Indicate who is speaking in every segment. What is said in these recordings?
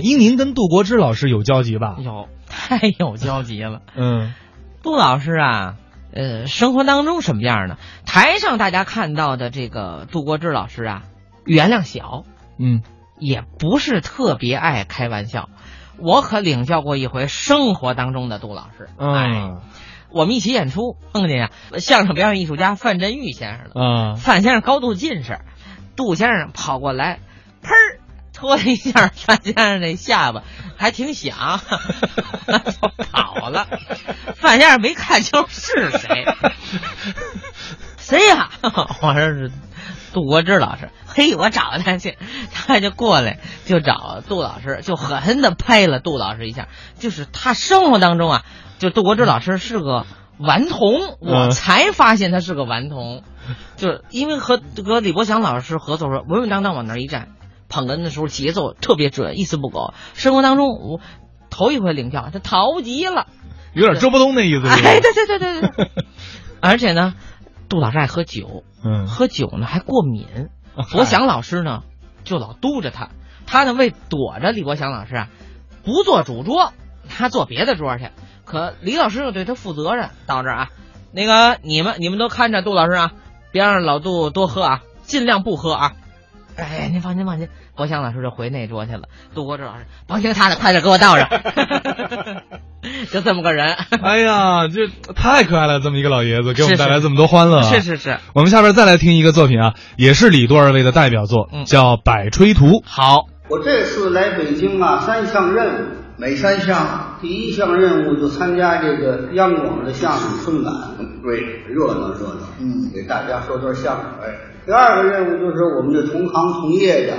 Speaker 1: 英您跟杜国之老师有交集 吧？
Speaker 2: 有，太有交集了。
Speaker 1: 嗯，
Speaker 2: 杜老师啊，呃，生活当中什么样呢？台上大家看到的这个杜国之老师啊，原量小，
Speaker 1: 嗯，
Speaker 2: 也不是特别爱开玩笑。我可领教过一回生活当中的杜老师。哎，
Speaker 1: 啊
Speaker 2: 我们一起演出碰见呀，啊相声表演艺术家范振钰先生了。
Speaker 1: 啊，
Speaker 2: 范先生高度近视，杜先生跑过来，砰儿戳了一下范先生这下巴，还挺响， 就跑了。范先生没看清是谁，谁呀、 我说是杜国之老师。 嘿，我找他去，他就过来就找杜老师，就狠狠的拍了杜老师一下。就是他生活当中啊，就杜国之老师是个顽童，我
Speaker 1: 嗯
Speaker 2: 才发现他是个顽童，就是因为和和李伯祥老师合作时候，稳稳当当往那儿一站，捧哏的时候节奏特别准，一丝不苟。生活当中我头一回领教，他逃急了。
Speaker 1: 有点周不通的 意思。是吧
Speaker 2: 哎，对对对对对 对，而且呢，杜老师爱喝酒，
Speaker 1: 嗯，
Speaker 2: 喝酒呢还过敏。博祥老师呢就老督着他，他呢为躲着李博祥老师啊，不坐主桌，他坐别的桌去。可李老师又对他负责任，到这儿啊，那个你们你们都看着杜老师啊，别让老杜多喝啊，尽量不喝啊。哎，您放心放心，博祥老师就回那桌去了。杜国志老师，甭听他的，快点给我倒上。就这么个人，
Speaker 1: 哎呀，这太可爱了，这么一个老爷子给我们
Speaker 2: 是是
Speaker 1: 带来这么多欢乐啊。
Speaker 2: 是是是，
Speaker 1: 我们下边再来听一个作品啊，也是李多二位的代表作，
Speaker 2: 嗯
Speaker 1: 叫《百吹图》。
Speaker 2: 好，
Speaker 3: 我这次来北京啊，三项任务，每三项，第一项任务就参加这个央广的相声春晚，对，热闹热闹，嗯，给大家说段相声。哎，第二个任务就是我们这同行同业的，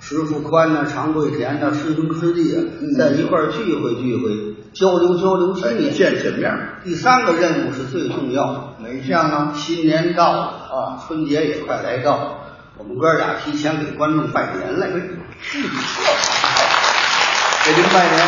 Speaker 3: 石富宽呐、常贵田呐、师兄师弟啊，在一块儿聚会聚会，交流交流经验，哎见见面。第三个任务是最重要的，哪项呢？新年到了啊，春节也快来到了，我们哥俩提前给观众拜年来。给您拜年，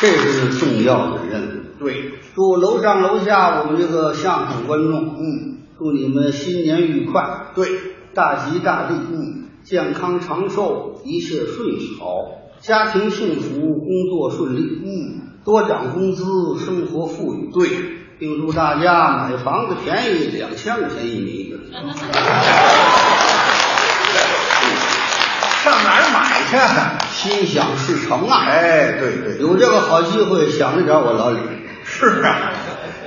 Speaker 3: 这是重要的任务。对，祝楼上楼下我们这个相声观众，嗯，祝你们新年愉快，对，大吉大利，嗯，健康长寿，一切顺好，家庭幸福，工作顺利，嗯，多涨工资，生活富裕，对，并祝大家买房子便宜两千块钱一米。上哪儿买去？心想事成啊！哎，对对，有这个好机会，想着点我老李。是啊，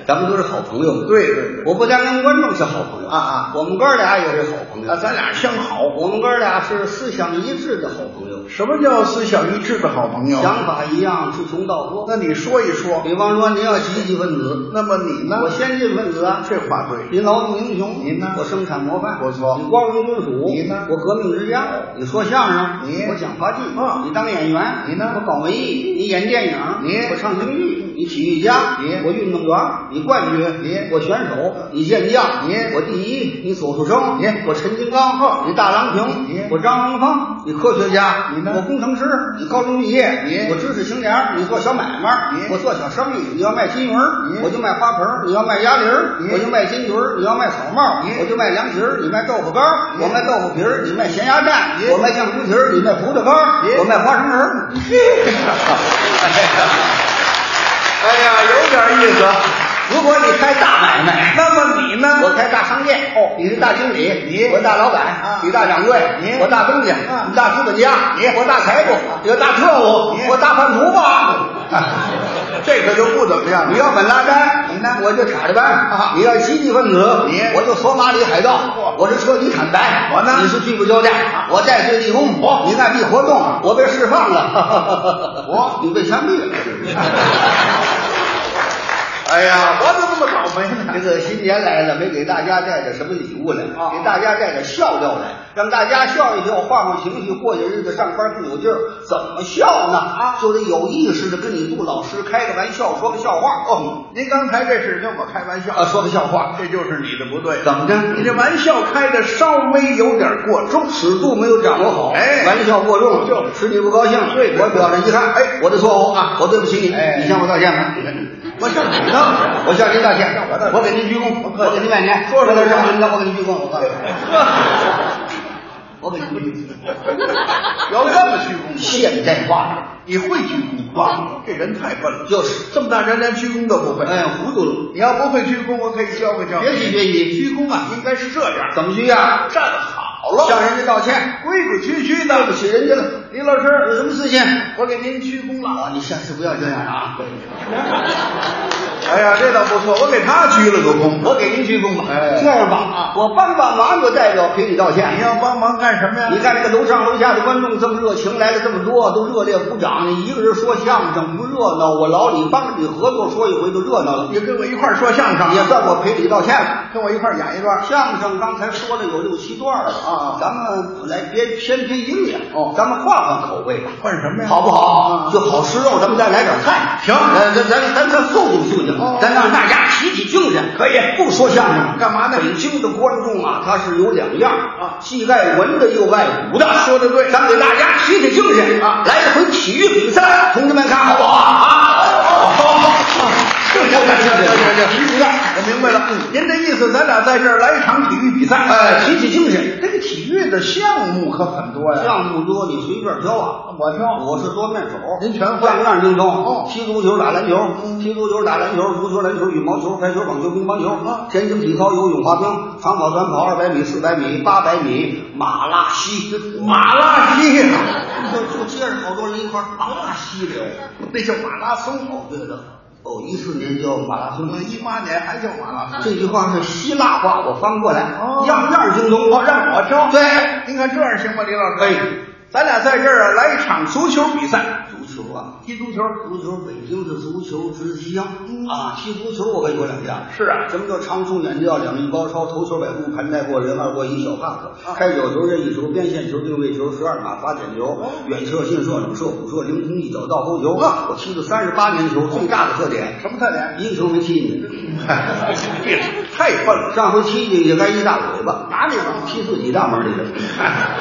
Speaker 3: 咱们都是好朋友。对对我不单跟观众是好朋友啊啊，我们哥俩也是好朋友啊，咱俩相好。我们哥俩是思想一致的好朋友，
Speaker 4: 什么叫思想一致的好朋友？
Speaker 3: 想法一样，志同道合。
Speaker 4: 那你说一说。
Speaker 3: 比方说，您要积极分子，
Speaker 4: 那么你呢？
Speaker 3: 我先进分子啊，
Speaker 4: 这话对。
Speaker 3: 您劳动英雄，
Speaker 4: 您呢
Speaker 3: 我生产模范，
Speaker 4: 不错
Speaker 3: 你光荣君主，
Speaker 4: 你呢
Speaker 3: 我革命之家，你说相声，
Speaker 4: 你
Speaker 3: 我讲话剧，
Speaker 4: 啊
Speaker 3: 你当演员，
Speaker 4: 你呢
Speaker 3: 我搞文艺，你演电影，
Speaker 4: 你
Speaker 3: 我唱京剧，你体育家，
Speaker 4: 你
Speaker 3: 我运动员，你冠军，
Speaker 4: 你
Speaker 3: 我选手，
Speaker 4: 嗯
Speaker 3: 你健将，
Speaker 4: 你
Speaker 3: 我第一，你左树生，
Speaker 4: 嗯
Speaker 3: 你我陈金刚，
Speaker 4: 呵
Speaker 3: 你大郎平，
Speaker 4: 你
Speaker 3: 我张荣芳，你科学家，
Speaker 4: 嗯你呢嗯
Speaker 3: 我工程师，你高中毕业，
Speaker 4: 你
Speaker 3: 我知识青年，你做小买卖，
Speaker 4: 你
Speaker 3: 我做小生
Speaker 4: 嗯
Speaker 3: 意，你要卖金鱼儿，
Speaker 4: 你
Speaker 3: 我就卖花盆
Speaker 4: 嗯
Speaker 3: 儿，你要卖鸭梨儿，
Speaker 4: 你
Speaker 3: 我就卖金鱼儿，你要卖草帽儿，
Speaker 4: 你
Speaker 3: 我就卖凉皮儿，
Speaker 4: 嗯
Speaker 3: 你卖豆腐干儿，
Speaker 4: 你
Speaker 3: 我卖豆腐皮儿，你卖咸鸭蛋
Speaker 4: 你，
Speaker 3: 我卖酱猪蹄儿，你卖葡萄干儿
Speaker 4: 你，
Speaker 3: 我卖花生仁儿。
Speaker 4: 哎呀，有点意思。
Speaker 3: 如果你开大买卖，
Speaker 4: 那么你呢？
Speaker 3: 我开大商店，哦，你是大经理，
Speaker 4: 你
Speaker 3: 我大老板，
Speaker 4: 啊
Speaker 3: 你大掌柜，
Speaker 4: 你
Speaker 3: 我大东家，
Speaker 4: 啊
Speaker 3: 你大资本家，
Speaker 4: 你
Speaker 3: 我大财主，
Speaker 4: 啊
Speaker 3: 你我大特务，
Speaker 4: 你啊
Speaker 3: 我大叛徒吧。
Speaker 4: 这可就不怎么样了。
Speaker 3: 你要本拉丹，你呢？我就塔利班；
Speaker 4: 啊
Speaker 3: 你要积极分子，
Speaker 4: 你哦
Speaker 3: 我就索马里海盗；我是彻底坦白，
Speaker 4: 我呢啊哦
Speaker 3: 你是拒不交代；我戴罪立功，我你按地活动，我被释放了，我
Speaker 4: 哦
Speaker 3: 你被枪毙了。
Speaker 4: 哎呀，我怎么这么倒霉呢？啊
Speaker 3: 这个新年来了，没给大家带点什么礼物来，给大家带点笑料来，让大家笑一笑，换换情绪，过些日子上班更有劲儿。怎么笑呢？啊，就得有意识的跟你杜老师开个玩笑，说个笑话。哦，
Speaker 4: 您刚才这是跟我开玩笑
Speaker 3: 啊，说个笑话。
Speaker 4: 这就是你的不对。
Speaker 3: 怎么着？
Speaker 4: 你这玩笑开的稍微有点过重。
Speaker 3: 尺度没有掌握好，
Speaker 4: 哎
Speaker 3: 玩笑过重，
Speaker 4: 就是
Speaker 3: 使你不高兴，
Speaker 4: 对对
Speaker 3: 我表示遗憾，哎，我的错误啊，我对不起你，
Speaker 4: 哎
Speaker 3: 你向我道歉吧，我向你道歉，我向您道歉
Speaker 4: 向我道歉，
Speaker 3: 我给您鞠躬，我
Speaker 4: 客气
Speaker 3: 给您拜年，
Speaker 4: 说
Speaker 3: 为
Speaker 4: 说
Speaker 3: 了
Speaker 4: 这
Speaker 3: 让
Speaker 4: 话
Speaker 3: 您的，我给您鞠躬，我告诉你。我给你，
Speaker 4: 要这么鞠躬，
Speaker 3: 现代化了。
Speaker 4: 你会鞠躬吗？这人太笨了，
Speaker 3: 就是
Speaker 4: 这么大人连鞠躬都不会。
Speaker 3: 哎，糊涂了，
Speaker 4: 你要不会鞠躬，我可以教会教
Speaker 3: 别
Speaker 4: 你。
Speaker 3: 提别提，鞠躬啊，
Speaker 4: 应该是这样，
Speaker 3: 怎么鞠呀、
Speaker 4: 站好了，
Speaker 3: 向人家道歉，
Speaker 4: 规规矩矩
Speaker 3: 对不
Speaker 4: 的。
Speaker 3: 起人家了。
Speaker 4: 李老师，
Speaker 3: 有什么事情？
Speaker 4: 我给您鞠躬了。
Speaker 3: 啊，你下次不要这样啊！
Speaker 4: 哎呀，这倒不错，我给他鞠了个躬。
Speaker 3: 我给您鞠躬吧。
Speaker 4: 哎
Speaker 3: 这样吧，啊，我帮帮忙，我代表给你道
Speaker 4: 你
Speaker 3: 歉。
Speaker 4: 要帮忙干什么呀？
Speaker 3: 你看这个楼上楼下的观众这么热情，来了这么多，都热烈鼓掌。你一个人说相声不热闹，我老李帮着你合作说一回就热闹了，
Speaker 4: 你跟我一块儿说相声，
Speaker 3: 也算我赔礼道歉了。
Speaker 4: 跟我一块儿演一段。
Speaker 3: 相声刚才说了有六七段了
Speaker 4: 啊
Speaker 3: 咱们来别偏偏营养
Speaker 4: 哦
Speaker 3: 咱们换换口味吧，
Speaker 4: 换什么呀
Speaker 3: 好不好？
Speaker 4: 啊
Speaker 3: 就好吃肉，咱们再来点菜。呃
Speaker 4: 行
Speaker 3: 咱咱咱咱咱肃静肃静
Speaker 4: 哦，
Speaker 3: 咱让大家提提精神。
Speaker 4: 可以
Speaker 3: 不说相声
Speaker 4: 干嘛呢
Speaker 3: 北京的观众啊，他是有两样
Speaker 4: 啊
Speaker 3: 既爱文的又爱武的。
Speaker 4: 说得对
Speaker 3: 咱们给大家提提精神
Speaker 4: 啊
Speaker 3: 来一回体育比赛，同志们看好不好啊？
Speaker 4: 哦行行行行行，您我明白了。您这意思，咱俩在这儿来一场体育比赛？
Speaker 3: 哎，提提精神。
Speaker 4: 这个体育的项目可很多呀。
Speaker 3: 项目多，你随便挑啊。
Speaker 4: 我挑
Speaker 3: 我是多面手，
Speaker 4: 您全会
Speaker 3: 样样精通。
Speaker 4: 哦
Speaker 3: 踢足球、打篮球，踢足球、打篮球、足球、篮球、羽毛球、排球、网球、乒乓球，
Speaker 4: 啊
Speaker 3: 田径、体操、游泳、滑冰、长跑、短跑、二百米、四百米、八百米、马拉西，
Speaker 4: 马拉西，
Speaker 3: 就就接着好多人一块儿马拉西聊。
Speaker 4: 那叫马拉松。
Speaker 3: 对了，哦，一四年叫马拉松。
Speaker 4: 我一八年还叫马拉松。
Speaker 3: 这句话是希腊话，我翻过来，
Speaker 4: 哦
Speaker 3: 样样精通。
Speaker 4: 哦让我挑
Speaker 3: 对，
Speaker 4: 您看这样行吗，李老师？
Speaker 3: 可以。
Speaker 4: 咱俩在这儿啊，来一场足球比赛，
Speaker 3: 足球啊，
Speaker 4: 踢足球。嗯
Speaker 3: 足球，北京的足球之乡啊，踢足球我跟你说两下。
Speaker 4: 是啊
Speaker 3: 什么叫长冲远吊、两翼高超、头球百步、盘带过人、二过一、小帕
Speaker 4: 啊
Speaker 3: 子、开角球、任意球、边线球、定位球、十二码罚点球、远射、近射、冷射、补射、凌空一脚倒钩球。
Speaker 4: 啊
Speaker 3: 我踢了三十八年球，最大的特点，
Speaker 4: 什么特点？
Speaker 3: 一个球没踢 进去。
Speaker 4: 太笨了，
Speaker 3: 上回踢你也该一大嘴巴，
Speaker 4: 哪里了？
Speaker 3: 踢自己大门 里了。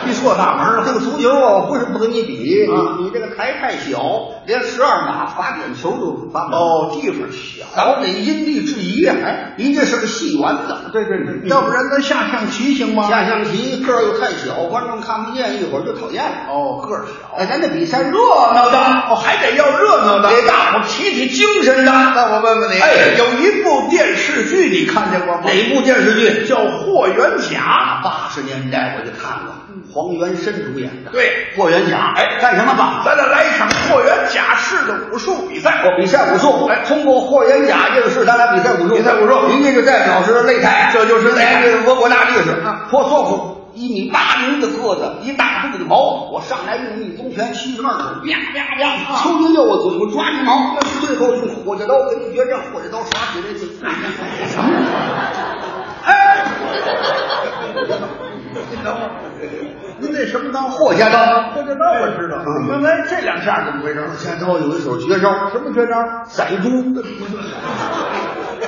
Speaker 4: 踢错大门了。
Speaker 3: 这个足球啊，不是不跟你比，
Speaker 4: 啊
Speaker 3: 你你这个台太小，连十二码罚点球都罚不了。
Speaker 4: 哦，地方小。
Speaker 3: 咱们得因地制宜呀，哎，人家是个戏园子，嗯
Speaker 4: 对对对，要不然咱下象棋行吗？
Speaker 3: 下象棋个儿又太小，观众看不见，一会儿就讨厌了。
Speaker 4: 哦，个儿小，
Speaker 3: 哎，咱这比赛热闹的，
Speaker 4: 哦，还得要热闹的，
Speaker 3: 给大伙儿提提精神的。
Speaker 4: 那我问问你，
Speaker 3: 哎
Speaker 4: 有一部电视剧你看见过吗？
Speaker 3: 哪部电视剧？
Speaker 4: 叫《霍元甲
Speaker 3: 八十年代我就看过，黄元申主演的。
Speaker 4: 对
Speaker 3: 霍元甲。
Speaker 4: 哎
Speaker 3: 干什么吧？》，
Speaker 4: 咱俩来一场霍元甲式的武术比赛。
Speaker 3: 我比赛武术。
Speaker 4: 哎
Speaker 3: 通过霍元甲这个事，咱俩比赛武术。
Speaker 4: 比赛武术哎
Speaker 3: 您这个代表是擂台，哎
Speaker 4: 这就是擂台
Speaker 3: 这个俄国大力士
Speaker 4: 啊
Speaker 3: 托索夫。一米八零的个子，一大肚子毛，我上来用一中拳七十二手，啪啪啪，
Speaker 4: 啊
Speaker 3: 邱云六我嘴巴抓鸡
Speaker 4: 嗯
Speaker 3: 毛，最后用火箭刀跟你决战，火箭刀耍起来就什么？
Speaker 4: 哎，您等会儿，您那什么刀？
Speaker 3: 霍家刀，
Speaker 4: 霍家刀我知道
Speaker 3: 嗯，
Speaker 4: 刚才这两下怎么回事？
Speaker 3: 霍家刀有一手绝招，
Speaker 4: 什么绝招？
Speaker 3: 宰 猪。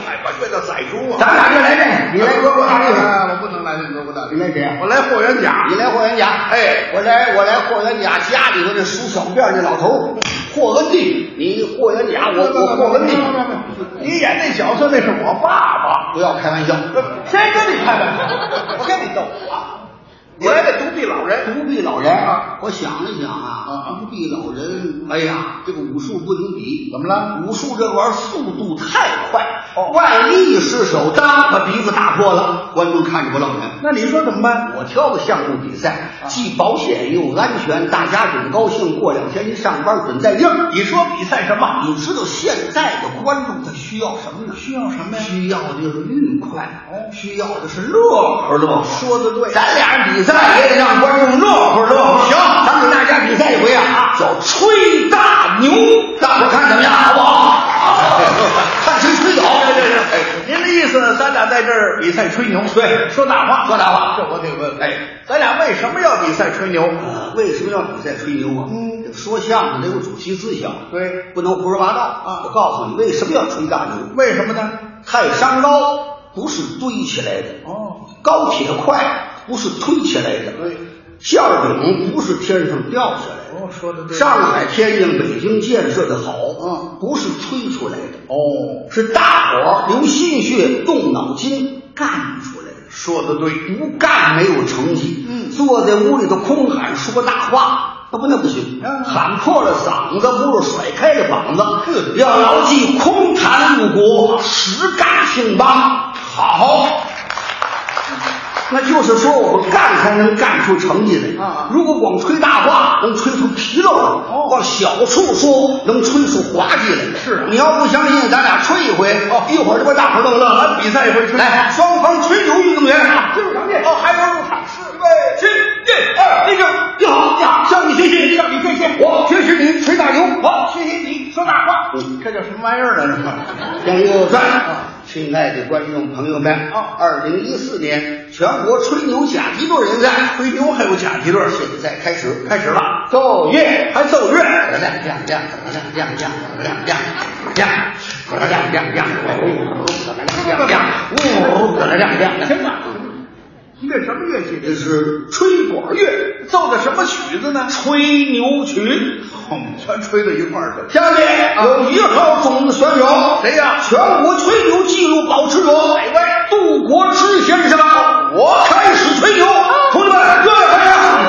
Speaker 4: 哎，把这叫宰猪啊！
Speaker 3: 咱俩就来这，你来俄国大力士，
Speaker 4: 哎我不能来这个不大
Speaker 3: 你来谁啊？
Speaker 4: 我来霍元甲
Speaker 3: 你。来霍元甲，
Speaker 4: 哎
Speaker 3: 我来我来霍元甲家里头这梳小辫儿那老头儿，霍恩弟，你霍元甲，我我霍恩弟，
Speaker 4: 你演那角色那是我爸爸，
Speaker 3: 不要开玩笑，
Speaker 4: 谁跟你开玩笑？我跟你斗啊！我来个独臂老人，
Speaker 3: 独臂老人
Speaker 4: 啊，
Speaker 3: 我想了想啊
Speaker 4: 啊，
Speaker 3: 独臂老人，哎呀，这个武术不能比，
Speaker 4: 怎么了？
Speaker 3: 武术这玩意儿速度太快
Speaker 4: 哦，
Speaker 3: 万一一失手，当把鼻子打破了，观众看着我冷眼。
Speaker 4: 那你说怎么办？
Speaker 3: 我挑个项目比赛，既保险又安全，大家准高兴。过两天一上班准带劲儿。
Speaker 4: 你说比赛什么？
Speaker 3: 你知道现在的观众他需要什么呢？需要什么呀？哎需要的就是愉快，需要的是乐呵乐呵。
Speaker 4: 说得对
Speaker 3: 咱俩人比赛也得让观众乐呵乐呵。
Speaker 4: 行
Speaker 3: 咱们给大家比赛一回啊，叫吹大牛，大伙儿看怎么样，好不 好？看谁吹牛。
Speaker 4: 对对对，
Speaker 3: 哎
Speaker 4: 您的意思，咱俩在这儿比赛吹牛，对，说大话，
Speaker 3: 说大话
Speaker 4: 这我得问，哎，咱俩为什么要比赛吹牛？
Speaker 3: 呃为什么要比赛吹牛啊？
Speaker 4: 嗯
Speaker 3: 这个说相声得有主题思想，
Speaker 4: 对
Speaker 3: 不能胡说八道
Speaker 4: 啊
Speaker 3: 我告诉你，为什么要吹大牛？
Speaker 4: 为什么呢？
Speaker 3: 太山高不是堆起来的，
Speaker 4: 哦，
Speaker 3: 高铁块不是推起来的，
Speaker 4: 对，
Speaker 3: 馅儿饼不是天上掉下来的。
Speaker 4: 哦，说的对，
Speaker 3: 上海、天津、北京建设的好，
Speaker 4: 嗯，
Speaker 3: 不是吹出来的，
Speaker 4: 哦，
Speaker 3: 是大伙儿流心血、动脑筋干出来的。
Speaker 4: 说的对，
Speaker 3: 不干没有成绩，
Speaker 4: 嗯
Speaker 3: 坐在屋里头空喊说大话，那不那不行
Speaker 4: 嗯，
Speaker 3: 喊破了嗓子不如甩开了膀子，要牢记空谈误国，实干兴邦。好。那就是说，我们干才能干出成绩来。
Speaker 4: 啊
Speaker 3: 如果光吹大话，能吹出纰漏来；
Speaker 4: 哦
Speaker 3: 往小处说，能吹出滑稽来。
Speaker 4: 是啊
Speaker 3: 你要不相信，咱俩吹一回，
Speaker 4: 哦
Speaker 3: 一会儿就把大伙儿逗乐了。
Speaker 4: 比赛一回吹
Speaker 3: 来，双方吹牛运动员，
Speaker 4: 这是咱们这
Speaker 3: 哦，还有入场是位，起立，二立正，你好，你好，向你学习，向你学习，我学习你吹大牛，我学习你说大话。嗯，
Speaker 4: 这叫什么玩意儿呢？这是。
Speaker 3: 向右转。亲爱的观众朋友们，二零一四年全国吹牛甲级队人赛，吹牛还有甲级队，现在开始，开始了，奏乐，还奏乐，亮亮亮亮亮亮亮亮亮。亮亮亮亮，亮亮亮，呜，亮亮亮，
Speaker 4: 行了，你这什么乐器？
Speaker 3: 这是吹管乐，
Speaker 4: 奏的什么曲子呢？
Speaker 3: 吹牛群。
Speaker 4: 我们全吹到一块儿去。啊
Speaker 3: 下面有一号种子选手，谁呀？全国吹牛纪录保持者，哪位？杜国之先生。我开始吹牛，
Speaker 4: 啊
Speaker 3: 同志们，热烈拍掌！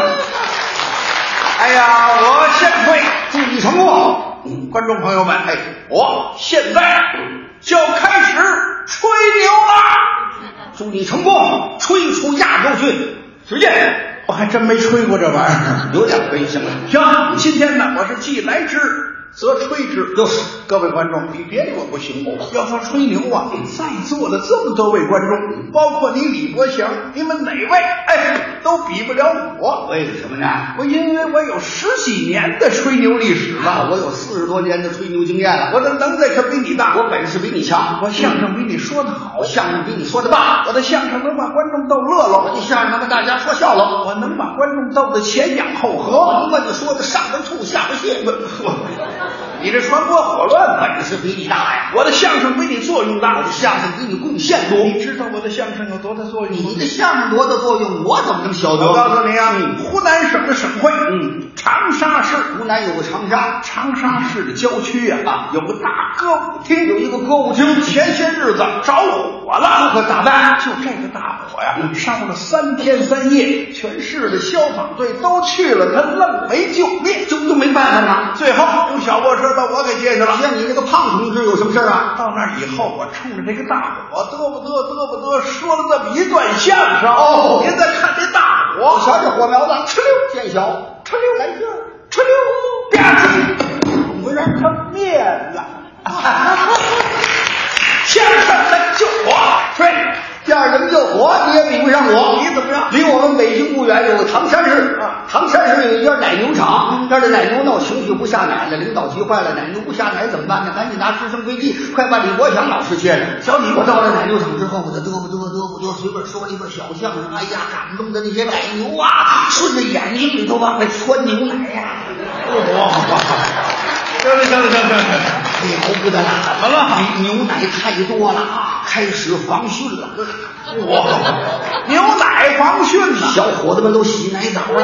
Speaker 4: 哎呀，我现会。
Speaker 3: 祝你成功！
Speaker 4: 观众朋友们，哎，我现在就开始吹牛啦！
Speaker 3: 祝你成功，吹出亚洲军。
Speaker 4: 使劲！我还真没吹过这玩意儿。
Speaker 3: 有点悲情了。
Speaker 4: 行，啊今天呢，我是既来之则吹之。就是各位观众，你别以为我不行。要说吹牛啊，在座的这么多位观众，包括你李伯祥，你们哪位哎都比不了我。
Speaker 3: 为什么呢？
Speaker 4: 我因为我有十几年的吹牛历史
Speaker 3: 啊，
Speaker 4: 了，
Speaker 3: 我有四十多年的吹牛经验了，
Speaker 4: 我的能耐可比你大，
Speaker 3: 我本事比你强，
Speaker 4: 我相声比你说的好
Speaker 3: 我，相声比你说的棒，
Speaker 4: 我的相声能把观众逗乐
Speaker 3: 我
Speaker 4: 了，
Speaker 3: 的相声能把大家说笑了。
Speaker 4: 我能把观众逗得前仰后
Speaker 3: 我
Speaker 4: 合。
Speaker 3: 能把你说的上边吐下边泻，
Speaker 4: 你这传播火乱吧？
Speaker 3: 本事比你大呀！
Speaker 4: 我的相声比你作用大，
Speaker 3: 我的相声比你贡献多。
Speaker 4: 你知道我的相声有多大作用吗
Speaker 3: 你？的相声多大作用，我怎么能晓得？
Speaker 4: 我告诉你啊，
Speaker 3: 嗯
Speaker 4: 湖南省的省会，
Speaker 3: 嗯，
Speaker 4: 长沙市，
Speaker 3: 湖南有个长沙，
Speaker 4: 长沙市的郊区啊
Speaker 3: 啊，
Speaker 4: 有个大歌舞厅，
Speaker 3: 有一个歌舞厅
Speaker 4: 前些日子着火了，
Speaker 3: 不可打办啊
Speaker 4: 就这个大火呀，烧了三天三夜，全市的消防队都去了，他愣没救灭，
Speaker 3: 这不就没办法吗？
Speaker 4: 最后用小货车把我给接去了。
Speaker 3: 像你这个胖同志有什么事儿啊？
Speaker 4: 到那儿以后，我冲着这个大火嘚吧嘚嘚吧嘚，说了这么一段相声。
Speaker 3: 哦
Speaker 4: 您再看这大火，
Speaker 3: 瞧这火苗子，
Speaker 4: 哧溜
Speaker 3: 见小，哎
Speaker 4: 哧溜来劲儿，哧溜吧唧，怎么回事？它灭了。 相声它救我，吹，
Speaker 3: 第二人救火，你也比不上我。
Speaker 4: 你怎么样
Speaker 3: 离我们北京不远有个唐山市，
Speaker 4: 啊
Speaker 3: 唐山市有一家奶牛场，那儿的奶牛闹情绪不下奶了，领导急坏了，奶牛不下奶怎么办呢？赶紧拿直升飞机，快把李国祥老师接来。
Speaker 4: 小李
Speaker 3: 我到了奶牛场之后，我就嘚啵嘚啵嘚啵嘚，随便说了一个小相声，哎呀，感动的那些奶牛啊，顺着眼睛里头往外窜牛奶呀、
Speaker 4: 行了行了行了行了。
Speaker 3: 了不得了！
Speaker 4: 怎么了
Speaker 3: 牛牛奶太多了，啊，开始防汛 了。
Speaker 4: 我牛奶防汛呢，
Speaker 3: 小伙子们都洗奶澡了。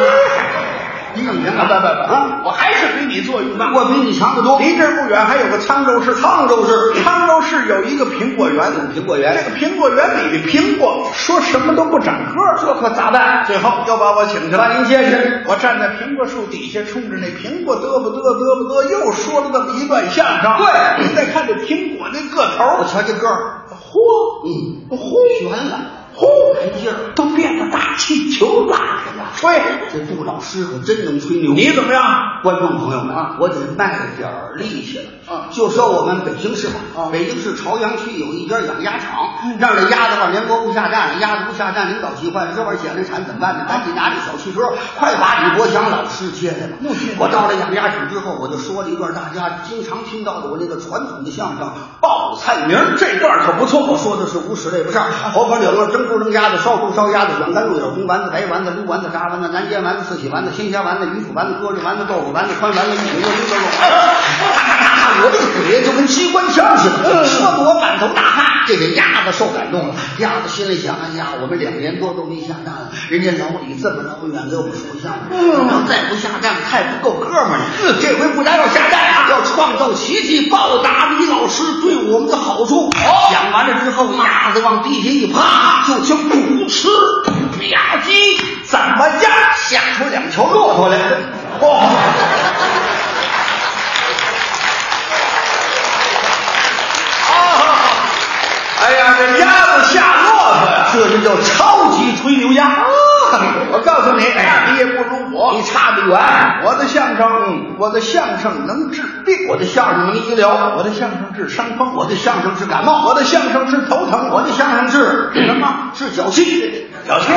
Speaker 3: 你怎么明白？
Speaker 4: 不不不
Speaker 3: 啊！
Speaker 4: 我还是比你作用大。
Speaker 3: 我比你强得多。
Speaker 4: 离这儿不远还有个沧州市，
Speaker 3: 沧州市
Speaker 4: 沧州市有一个苹果园，
Speaker 3: 有苹果园
Speaker 4: 这个苹果园里的苹果说什么都不长个儿，
Speaker 3: 这可咋办？
Speaker 4: 最后又把我请去了。
Speaker 3: 把您接去。
Speaker 4: 我站在苹果树底下，冲着那苹果嘚吧嘚嘚吧嘚，又说了这么一段相声。
Speaker 3: 对
Speaker 4: 您再看这苹果那个
Speaker 3: 我
Speaker 4: 头，
Speaker 3: 瞧这个儿，
Speaker 4: 嚯，
Speaker 3: 嗯，
Speaker 4: 嚯
Speaker 3: 悬了，哎
Speaker 4: 嚯，
Speaker 3: 来劲儿。
Speaker 4: 都变得大气球了呀！吹，
Speaker 3: 这杜老师可真能吹牛。
Speaker 4: 你怎么样？
Speaker 3: 观众朋友们
Speaker 4: 啊
Speaker 3: 我得卖点儿力气了。
Speaker 4: 啊
Speaker 3: 就说我们北京市吧，
Speaker 4: 啊嗯
Speaker 3: 北京市朝阳区有一家养鸭场，让这鸭子往联国部下站，鸭子不下站，领导急坏了，这玩意儿显着产怎么办呢？赶紧拿着小汽车，快把李国祥老师接来了。我到了养鸭场之后，我就说了一段大家经常听到的我那个传统的相声《报菜名》，这段可不错。我说的是无屎类不上，火烤柳肉、蒸猪蒸鸭子、烧猪烧鸭子、卷干鹿柳、红丸子、白丸子、撸丸子、炸丸子、南煎丸子、四喜丸子、鲜虾丸子、鱼腐丸子、鸽子丸子、豆腐丸子、宽丸子、玉米丸子、肉丸子。我这个嘴就跟机关枪似的，说的我满头大汗。这个鸭子受感动了，鸭子心里想：哎呀，我们两年多都没下蛋了，人家老李这么老远给我们说相声，要再不下蛋太不够哥们儿了。这回不但要下蛋啊，要创造奇迹，报答李老师对我们的好处。讲完了之后，鸭子往地下一趴，就听“噗嗤”，吧唧，怎么样？吓出两条骆驼来！哇、啊哎呀，这鸭子下骆驼呀，这就叫超级吹牛鸭。我告诉你，哎，你也不如我，你差得远。我的相声，嗯，我的相声能治病，我的相声能医疗，我的相声治伤风，我的相声治感冒，我的相声治头疼，我的相声治什么？治脚气，脚气，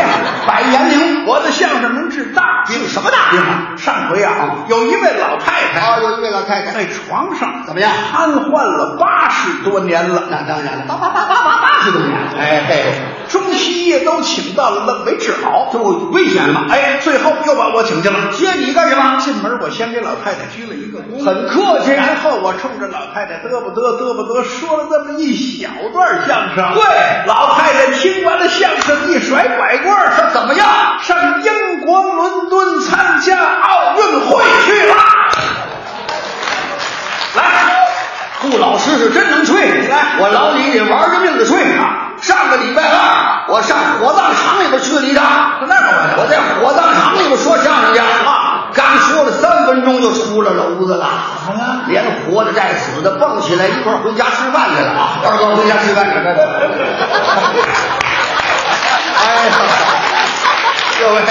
Speaker 3: 百年灵。我的相声能治大病，什么大病啊？上回啊，有一位老太太
Speaker 5: 啊，有一位老太太，
Speaker 3: 在床上
Speaker 5: 怎么样
Speaker 3: 瘫痪了八十多年了。
Speaker 5: 那当然了，八八八八八八十多年，
Speaker 3: 哎嘿，中西医都请到了，愣没治好，这不危险吗？哎，最后又把我请进了，接你干什么？进门我先给老太太鞠了一个躬，
Speaker 5: 很客气
Speaker 3: 然后我冲着老太太嘚啵嘚嘚啵嘚说了这么一小段相声。
Speaker 5: 对
Speaker 3: 老太太听完了相声，一甩拐棍儿，说怎么样？上英国伦敦参加奥运会去了。来，顾老师是真能吹，来，我老李也玩着命的吹啊。上个礼拜二，我上火葬场里边去了一趟，那干嘛我在火葬场里边说相声去啊，刚说了三分钟就出了篓子了，怎么了？连活的带死的蹦起来一块儿回家吃饭去了啊！二哥回家吃饭去了。哎呀， 各位。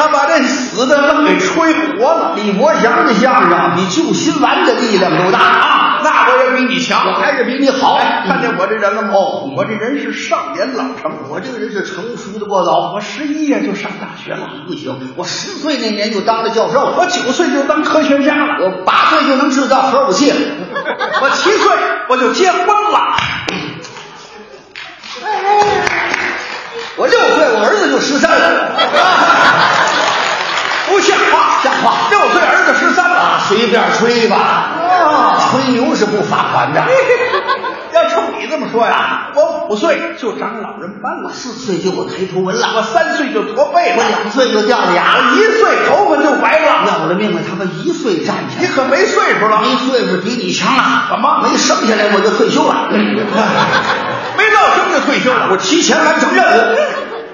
Speaker 3: 他把这死的愣给吹活了。
Speaker 5: 李伯祥的相声比救心丸的力量都大啊！
Speaker 3: 啊，那我也比你强，
Speaker 5: 我还是比你好嗯
Speaker 3: 哎看见我这人了吗？
Speaker 5: 哦
Speaker 3: 我这人是少年老成，
Speaker 5: 我这个人是成熟的过早，
Speaker 3: 我十一呀就上大学了，
Speaker 5: 不行，我十岁那年就当了教授了，
Speaker 3: 我九岁就当科学家了，
Speaker 5: 我八岁就能制造核武器了。
Speaker 3: 我七岁我就结婚了。
Speaker 5: 我六岁，我儿子就十三了，
Speaker 3: 不像话，
Speaker 5: 像话啊
Speaker 3: 六岁儿子十三了，
Speaker 5: 随便吹吧，
Speaker 3: 啊
Speaker 5: 吹牛是不罚款的。
Speaker 3: 要冲你这么说呀，我五岁就长老人斑了，
Speaker 5: 四岁就有抬头纹
Speaker 3: 我
Speaker 5: 了，
Speaker 3: 三岁就驼背
Speaker 5: 我
Speaker 3: 了，
Speaker 5: 两岁就掉了
Speaker 3: 我
Speaker 5: 牙
Speaker 3: 一
Speaker 5: 了，
Speaker 3: 岁头发就白了，
Speaker 5: 要了命了！他们一岁站起
Speaker 3: 你
Speaker 5: 来，
Speaker 3: 可没岁数了，
Speaker 5: 一岁数比你强了，
Speaker 3: 怎么
Speaker 5: 没生下来我就退休了？
Speaker 3: 没到生就退休了，
Speaker 5: 我提前完成任务，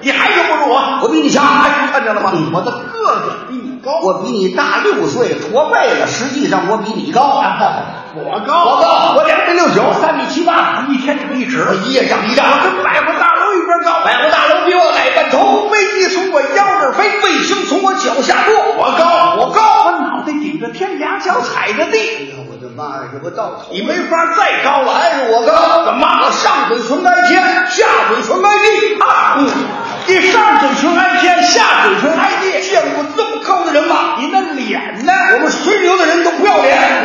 Speaker 3: 你还赢不住我，
Speaker 5: 我比你强，
Speaker 3: 哎，看见了吗？
Speaker 5: 我的
Speaker 3: 个子比你高，
Speaker 5: 我比你大六岁，驼背了，实际上我比你高，
Speaker 3: 啊我高，
Speaker 5: 我高
Speaker 3: 我两米六九，
Speaker 5: 三米七八，
Speaker 3: 一天长一尺
Speaker 5: 我，一夜长一丈，
Speaker 3: 我跟百货大楼一边高，
Speaker 5: 百货大楼比我矮半头，
Speaker 3: 飞机从我腰这儿飞，
Speaker 5: 卫星从我脚下过，
Speaker 3: 我高，我高，我脑袋顶着天，两脚踩着地，
Speaker 5: 我的妈哎呀，这不到头
Speaker 3: 你没法再高了。
Speaker 5: 还是我高？
Speaker 3: 怎么
Speaker 5: 我上嘴唇挨天，下嘴唇挨地。嗯
Speaker 3: 啊，你上嘴唇挨天，下嘴唇挨地，见过这么高的人吗？你那脸呢？
Speaker 5: 我们吹牛的人都不要脸，